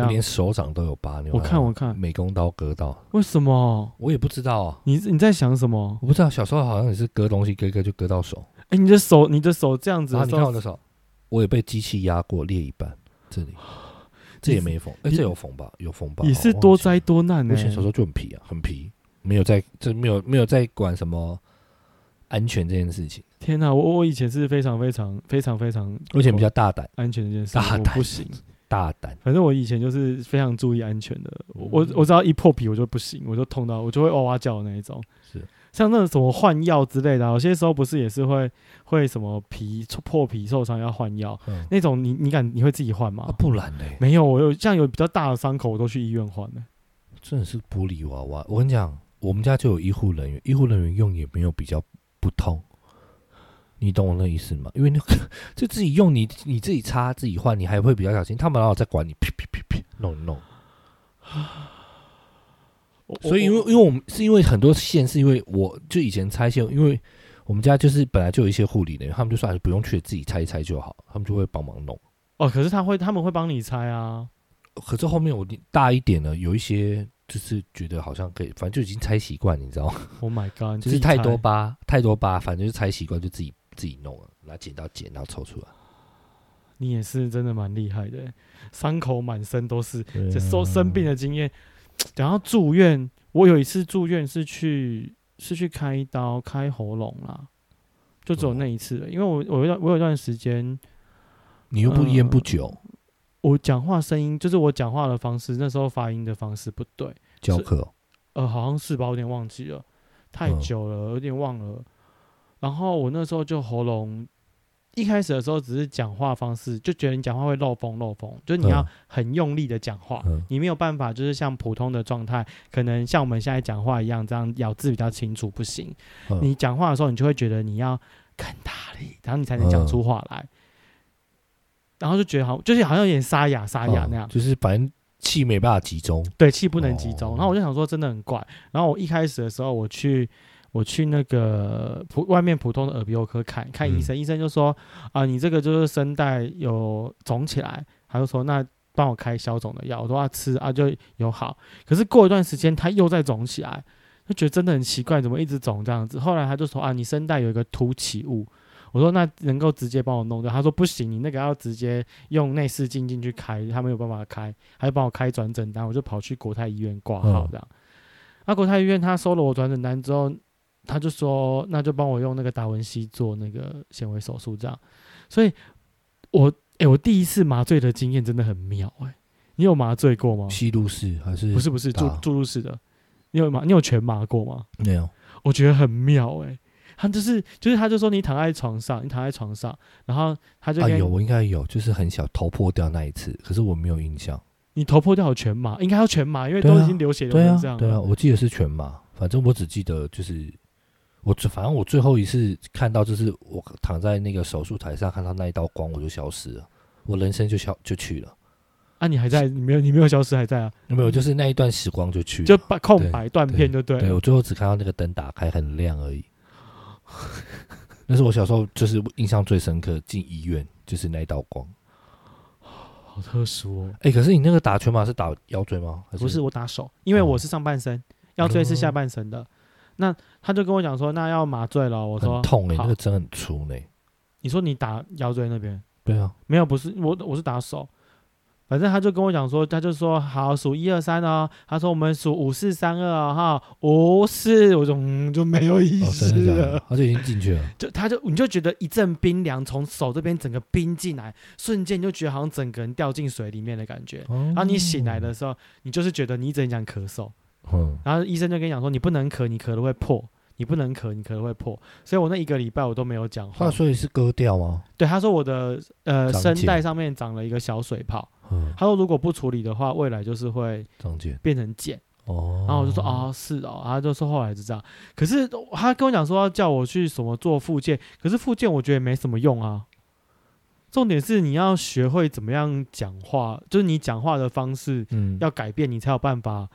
我样？连手掌都有疤，你有啊我看吗我看美工刀割到，为什么？我也不知道啊，你你在想什么？我不知道小时候好像也是割东西割一割就割到手。哎、你的手，你的手这样子然后啊的你时看候，我的手，我也被机器压过，裂一半，这 里，这也没缝，哎、你这有缝吧？有缝吧？也是多灾多难欸我呢、忘记了。我以前小时候就很皮啊，很皮，没有在这没有没有在管什么安全这件事情，天哪、我我以前是非常非常非常非常而且比较大胆，安全的一件事，大我胆不行。大胆。反正我以前就是非常注意安全的，我嗯我只要一破皮我就不行，我就痛到我就会哇哇叫的那一种。是，像那种什么换药之类的啊、有些时候不是也是会会什么皮破皮受伤要换药，嗯，那种你你敢你会自己换吗？啊，不然嘞，没有，我有像有比较大的伤口，我都去医院换的。真的是玻璃娃娃。我跟你讲，我们家就有医护人员，医护人员用也没有比较不痛。你懂我那意思吗？因为那个 就自己用你你自己擦自己换，你还会比较小心。他们哪有在管你？啪啪啪啪，弄一弄。我所以因为因为我们是因为很多线是因为我就以前拆线，因为我们家就是本来就有一些护理人员，他们就说还是不用去自己拆一拆就好，他们就会帮忙弄。哦，可是他会他们会帮你拆啊。可是后面我大一点了，有一些就是觉得好像可以，反正就已经拆习惯，你知道吗？ Oh my god！就你自是己太拆多疤，太多疤，反正就是拆习惯就自己自己弄了，拿剪刀剪，然后抽出来。你也是真的蛮厉害的，伤口满身都是。啊这受生病的经验，讲到住院，我有一次住院是去是去开刀开喉咙啦，就哦只有那一次了。因为我我有一段我有一段时间，你又不嗯烟不酒，我讲话声音就是我讲话的方式，那时候发音的方式不对，教课哦呃，好像是吧，我有点忘记了，太嗯久了，有点忘了。然后我那时候就喉咙，一开始的时候只是讲话方式，就觉得你讲话会漏风漏风，就是你要嗯很用力的讲话，嗯你没有办法就是像普通的状态，可能像我们现在讲话一样，这样咬字比较清楚不行。嗯你讲话的时候，你就会觉得你要更大力，然后你才能讲出话嗯来。然后就觉得好像，就是好像有点沙哑沙哎哑那样嗯，就是反正气没办法集中，对，气不能集中。哦然后我就想说，真的很怪。然后我一开始的时候，我去我去那个普外面普通的耳鼻喉科看看嗯医生，医生就说啊、你这个就是声带有肿起来，他就说那帮我开消肿的药。我说啊吃啊就有好，可是过一段时间它又再肿起来，就觉得真的很奇怪，怎么一直肿这样子？后来他就说啊，你声带有一个凸起物。我说那能够直接帮我弄掉？他说不行，你那个要直接用内视镜进去开，他没有办法开，他就帮我开转诊单，我就跑去国泰医院挂号嗯这样。那、国泰医院他收了我转诊单之后，他就说那就帮我用那个达文西做那个显微手术这样。所以我诶，我第一次麻醉的经验真的很妙诶，你有麻醉过吗？吸入式还是哦啊不是不是注打注入式的，你有麻你有全麻过吗？没有？我觉得很妙哎、他就是就是他就说你躺在床上，你躺在床上，然后他就啊，跟、有我应该有，就是很小头破掉那一次，可是我没有印象。你头破掉有全麻，应该要全麻，因为对啊都已经流血流对成啊这样，了。对啊，我记得是全麻，反正我只记得就是我最，反正我最后一次看到就是我躺在那个手术台上看到那一道光，我就消失了，我人生就消就去了，啊你还在，你没有你没有消失，还在啊，没有，就是那一段时光就去了，就把空白断片就对对了。我最后只看到那个灯打开很亮而已。 那是我小时候就是印象最深刻，进医院就是那一道光。好特殊哦，哎、可是你那个打全麻是打腰椎吗？还不是我打手，因为哦我是上半身，腰椎是下半身的。那他就跟我讲说，那要麻醉了。我说很痛哎、好那个针很粗呢、你说你打腰椎那边对啊，没有？不是我，我是打手。反正他就跟我讲说，他就说好数一二三哦，他说我们数五四三二哦哈，五四，我就嗯就没有意哦，真思的假了，的？他就已经进去了。就他就你就觉得一阵冰凉从手这边整个冰进来，瞬间就觉得好像整个人掉进水里面的感觉。哦然后啊你醒来的时候，你就是觉得你一整想咳嗽，嗯，然后医生就跟你讲说你不能咳，你咳了会破，你不能咳，你咳了会破。所以我那一个礼拜我都没有讲话话。所以是割掉啊吗？对，他说我的呃长声茧带上面长了一个小水泡，嗯，他说如果不处理的话，未来就是会张健。变成茧。哦，然后我就说，哦，是哦，然后就说后来是这样。可是他跟我讲说要叫我去什么做复健，可是复健我觉得也没什么用啊。重点是你要学会怎么样讲话，就是你讲话的方式嗯，要改变，你才有办法，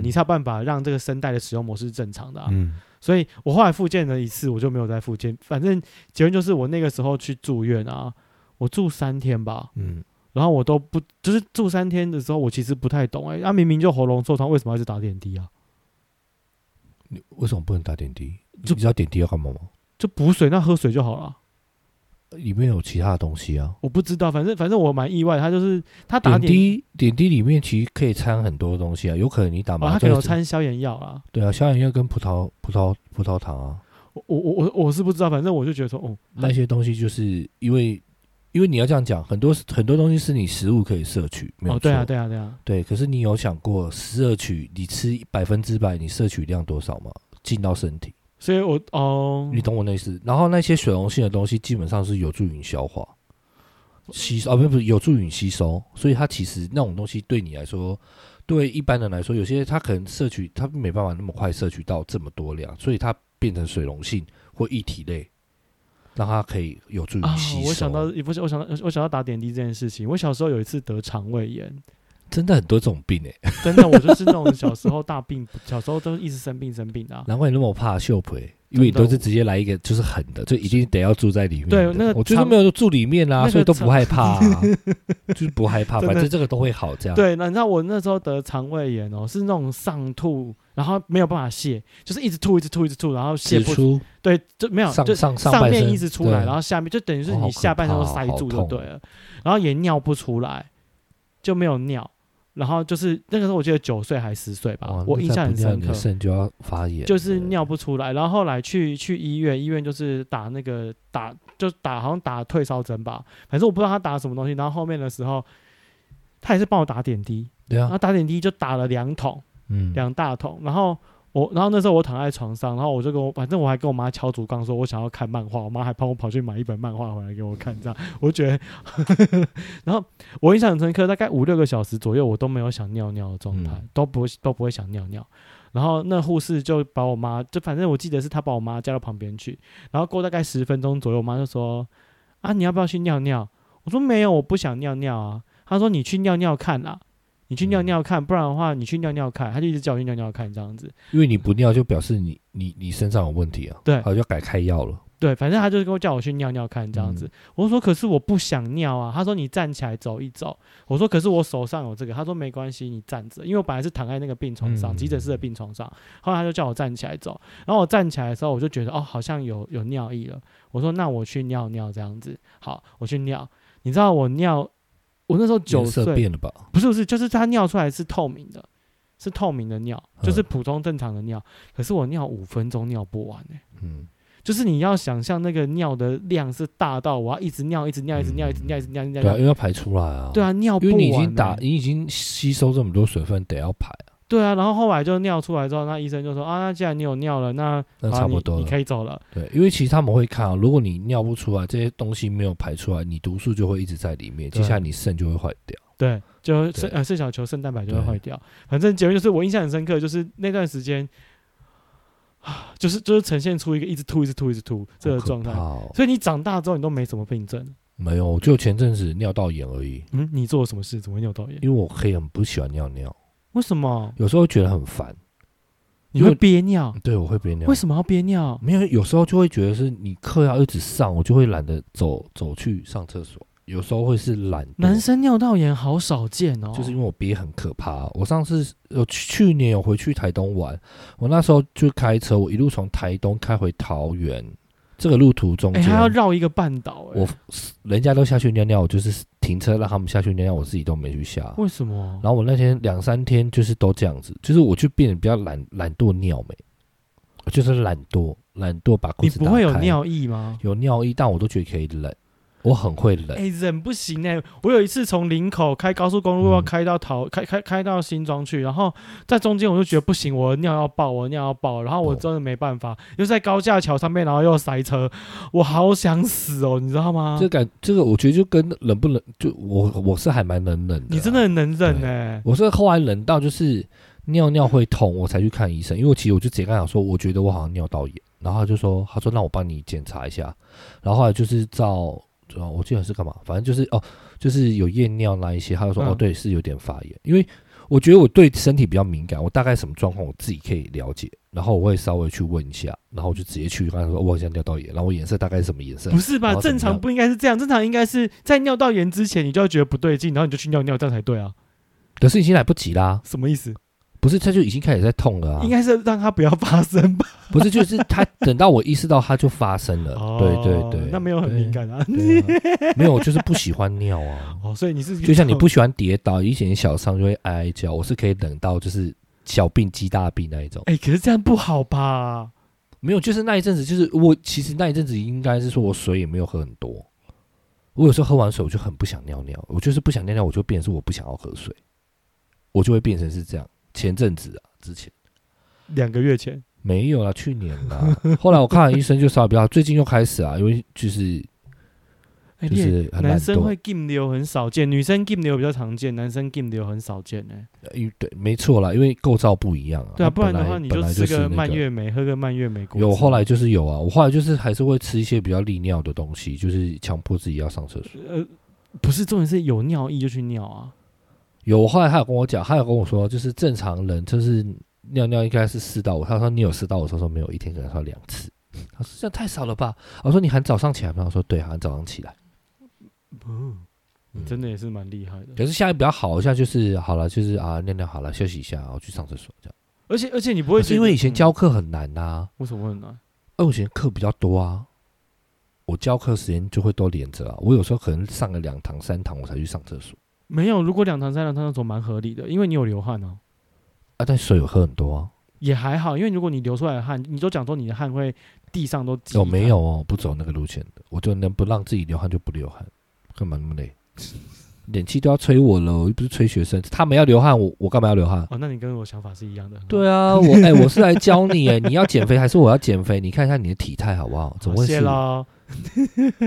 嗯你才有办法让这个声带的使用模式是正常的、啊。嗯，所以我后来复健了一次，我就没有再复健。反正结论就是我那个时候去住院啊，我住三天吧，嗯，然后我都不就是住三天的时候，我其实不太懂哎、他、明明就喉咙受伤，为什么要去打点滴啊？你为什么不能打点滴？就就你知道点滴要干嘛吗？就补水，那喝水就好了。里面有其他的东西啊。我不知道，反正反正我蛮意外，他就是他打点点滴，滴点滴里面其实可以掺很多东西啊，有可能你打哦，他麻可醉能有只掺消炎药啦。对啊，消炎药跟葡萄葡萄葡萄糖啊，我我我我我是不知道，反正我就觉得说，哦，那些东西就是因为因为你要这样讲，很多很多东西是你食物可以摄取，没有哦，对啊，错对啊，对啊，对，可是你有想过摄取你吃百分之百，你摄取量多少吗？进到身体，所以我哦，你懂我那意思。然后那些水溶性的东西，基本上是有助于你消化、吸收啊，不不，有助于你吸收。所以它其实那种东西对你来说，对一般人来说，有些他可能摄取，他没办法那么快摄取到这么多量，所以它变成水溶性或液体类，让它可以有助于啊你吸收。，我想到，也不是，我想到，我想到打点滴这件事情。我小时候有一次得肠胃炎，真的很多这种病欸诶、真的，我就是那种小时候大病，小时候都一直生病生病的啊、难怪你那么怕秀培、因为你真的都是直接来一个就是狠的，就一定得要住在里面的。对那个我就是常没有住里面啦、那个所以都不害怕、啊，就是不害怕，真的反正这个都会好这样。，对，那你知道我那时候得肠胃炎哦，是那种上吐，然后没有办法泻，就是一直吐，一直吐，一直吐，然后指泻不，出对，就没有，上就上上上半面身一直出来，对然后下面就等于是哦好你可下半身都怕哦塞好住就痛对了，然后也尿不出来，就没有尿。然后就是那个时候，我记得九岁还十岁吧哇，我那印再不象很尿深你刻的。肾就要发炎了，就是尿不出来，然后后来去去医院，医院就是打那个打就打好像打退烧针吧，反正我不知道他打什么东西。然后后面的时候，他也是帮我打点滴，对然啊后，打点滴就打了两桶，嗯，两大桶。然后我，然后那时候我躺在床上，然后我就跟我，反正我还跟我妈敲竹杠，说我想要看漫画。我妈还帮我跑去买一本漫画回来给我看，这样我觉得。 然后我印象很深刻，大概五六个小时左右，我都没有想尿尿的状态，嗯都不都不会想尿尿。然后那护士就把我妈，就反正我记得是她把我妈叫到旁边去，然后过大概十分钟左右，我妈就说：“啊，你要不要去尿尿？”我说：“没有，我不想尿尿啊。”她说：“你去尿尿看啊，你去尿嗯尿看，不然的话你去尿尿看。”她就一直叫我去尿尿看这样子。因为你不尿就表示你你你身上有问题啊，对好就改开药了，对，反正她就是跟我叫我去尿尿看这样嗯子。我就说：“可是我不想尿啊。”她说：“你站起来走一走。”我说：“可是我手上有这个。”她说：“没关系，你站着，因为我本来是躺在那个病床上，嗯急诊室的病床上。”后来她就叫我站起来走，然后我站起来的时候，我就觉得哦，好像有有尿意了。我说：“那我去尿尿这样子。”好，我去尿。你知道我尿，我那时候九颜色岁，变了吧？不是不是，就是它尿出来是透明的，是透明的尿，嗯就是普通正常的尿。可是我尿五分钟尿不完、欸、嗯，就是你要想象那个尿的量是大到我要一直尿，一直尿，一直尿，一直尿，一直尿，一直对啊，尿因。为要排出来啊，对，啊，尿不因完、为你欸。已经打，你已经吸收这么多水分，得要排啊，对啊，然后后来就尿出来之后，那医生就说啊，那既然你有尿了，那那好啊差不多你，了你。可以走了。对，因为其实他们会看、啊，如果你尿不出来，这些东西没有排出来，你毒素就会一直在里面，对接下来你肾就会坏掉。对，就对肾呃肾小球、肾蛋白就会对坏掉。反正结论就是我印象很深刻，就是那段时间，啊，就是就是呈现出一个一直吐、一直吐、一直吐这个好可状态怕。哦所以你长大之后你都没什么病症。没有，就前阵子尿道炎而已，嗯，你做了什么事？怎么会尿道炎？因为我可以很不喜欢尿尿，为什么有时候觉得很烦。你会憋尿？对，我会憋尿为。什么要憋尿？没有，有时候就会觉得是你课要一直上，我就会懒得走走去上厕所。有时候会是懒惰，男生尿道炎好少见哦，就是因为我憋很可怕、我上次有去年有回去台东玩，我那时候就开车，我一路从台东开回桃园，这个路途中哎，间，他要绕一个半岛哎我，人家都下去尿尿，我就是停车让他们下去尿尿，我自己都没去下。为什么？然后我那天两三天就是都这样子，就是我就变得比较懒懒惰尿没，我就是懒惰懒惰把裤你子打不会有开尿意吗？有尿意，但我都觉得可以忍，我很会忍。哎，忍不行哎！我有一次从林口开高速公路嗯要开到桃，开开开到新庄去，然后在中间我就觉得不行，我尿要爆，我尿要爆，然后我哦真的没办法，又在高架桥上面，然后又塞车，我好想死哦，你知道吗？这感这个我觉得就跟忍不忍，就我我是还蛮能忍的啊。你真的很能忍对哎！我是后来冷到就是尿尿会痛，我才去看医生，因为我其实我就直接跟他讲说，我觉得我好像尿道炎，然后他就说，他说那我帮你检查一下，然后后来就是照，呃我记得是干嘛，反正就是哦，就是有夜尿那一些，他就说、嗯哦对，是有点发炎，因为我觉得我对身体比较敏感，我大概什么状况我自己可以了解，然后我会稍微去问一下，然后我就直接去跟他说，哦我好像尿道炎，然后我颜色大概是什么颜色不，是吧？然后怎么正常样不应该是这样，正常应该是在尿道炎之前，你就要觉得不对劲，然后你就去尿尿，这样才对啊？可是已经来不及啦，什么意思？不是他就已经开始在痛了啊，应该是让它不要发生吧？ 不是，就是他等到我意识到它就发生了。呃对对对，哦那没有很敏感啊。对。对啊没有，我就是不喜欢尿啊。 哦，所以你是就像你不喜欢跌倒，一点小伤就会哀哀叫，我是可以等到就是小病积大病那一种。哎、可是这样不好吧？没有，就是那一阵子，就是我其实那一阵子应该是说我水也没有喝很多。我有时候喝完水我就很不想尿尿，我就是不想尿尿，我就变成是我不想要喝水，我就会变成是这样。前阵子啊，之前。两个月前，没有啦，去年啦。 后来我看了医生，就稍微比较好，最近又开始啊，因为就是哎、就你也是很懒男生惰会 game 流很少见，女生 game 流比较常见，男生 game 流很少见呢、哎因为对，没错啦，因为构造不一样啊。对啊，不然本的来话你本来吃是那个蔓越莓，喝个蔓越莓果汁。有后来就是有啊，我后来就是还是会吃一些比较利尿的东西，就是强迫自己要上厕所。呃，不是重点是有尿意就去尿啊。有我后来他有跟我讲，他有跟我说，就是正常人就是尿尿应该是四到五，他说你有四到五，他说没有，一天可能说两次。他说这样太少了吧？我说你喊早上起来吗？我说对，喊早上起来。你真的也是蛮厉害的。可是现在比较好，现在就是好了，就是啊尿尿好了，休息一下，我去上厕所这样。而且而且你不可会啊嗯是因为以前教。教课很难呐、啊，哎为什么很难？因为我以前课比较多啊，我教课时间就会都连着啊。我有时候可能上了两堂三堂我才去上厕所，没有，如果两堂三两堂那种蛮合理的，因为你有流汗哦、啊，但水有喝很多啊。也还好，因为如果你流出来的汗，你都讲说你的汗会地上都积。哦，没有哦，不走那个路线的，我就能不让自己流汗就不流汗，干嘛那么累？ 冷气都要吹我了，我又不是吹学生，他们要流汗，我我干嘛要流汗？哦，那你跟我想法是一样的。哦对啊，我 哎、我是来教你哎，你要减肥还是我要减肥？你看一下你的体态好不好？怎么好会谢是我？喽。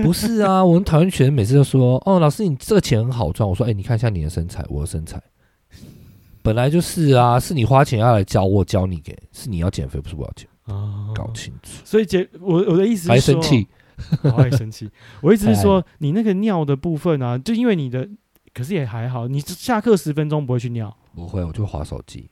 不是啊，我很讨厌学生每次都说哦，老师你这个钱很好赚。我说哎、你看一下你的身材，我的身材本来就是啊，是你花钱要来教我教你给，是你要减肥，不是我要减，哦，搞清楚。所以姐，我我的意思是还说生 气，哎我爱生气。我一直是太说，你那个尿的部分啊，就因为你的，可是也还好，你下课十分钟不会去尿。不会，我就划手机。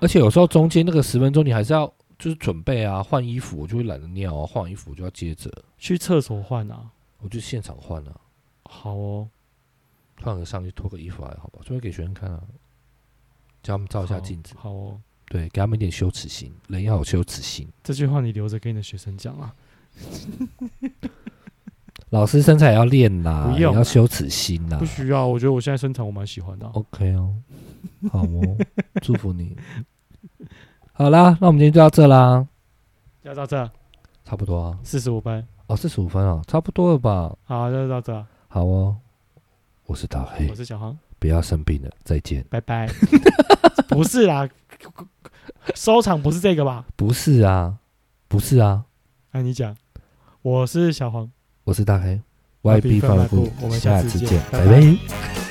而且有时候中间那个十分钟，你还是要就是准备啊，换衣服，我就会懒得尿啊，换完衣服我就要接着，去厕所换啊。我就现场换啊，好哦，换个上去脱个衣服还好吧，顺便给学生看啊，叫他们照一下好镜子，好哦，对，给他们一点羞耻心，人要有羞耻心。这句话你留着跟你的学生讲啊。老师身材也要练啦，不也用啦啊要羞耻心啦不。需要，我觉得我现在身材我蛮喜欢的啊、 OK 啊哦，好哦， 祝福你。好啦，那我们今天就到这啦，要到这差不多啊，四十五分，哦，四十五分啊，差不多了吧？好，就到这，好哦，我是大黑我，是小航，不要生病了，再见。拜拜。 不是啦， 收场不是这个吧？不是啊，不是啊，那你讲，我是小黄。我是大黑我，YB 比范放外酷部，我们下下次次见见，拜拜拜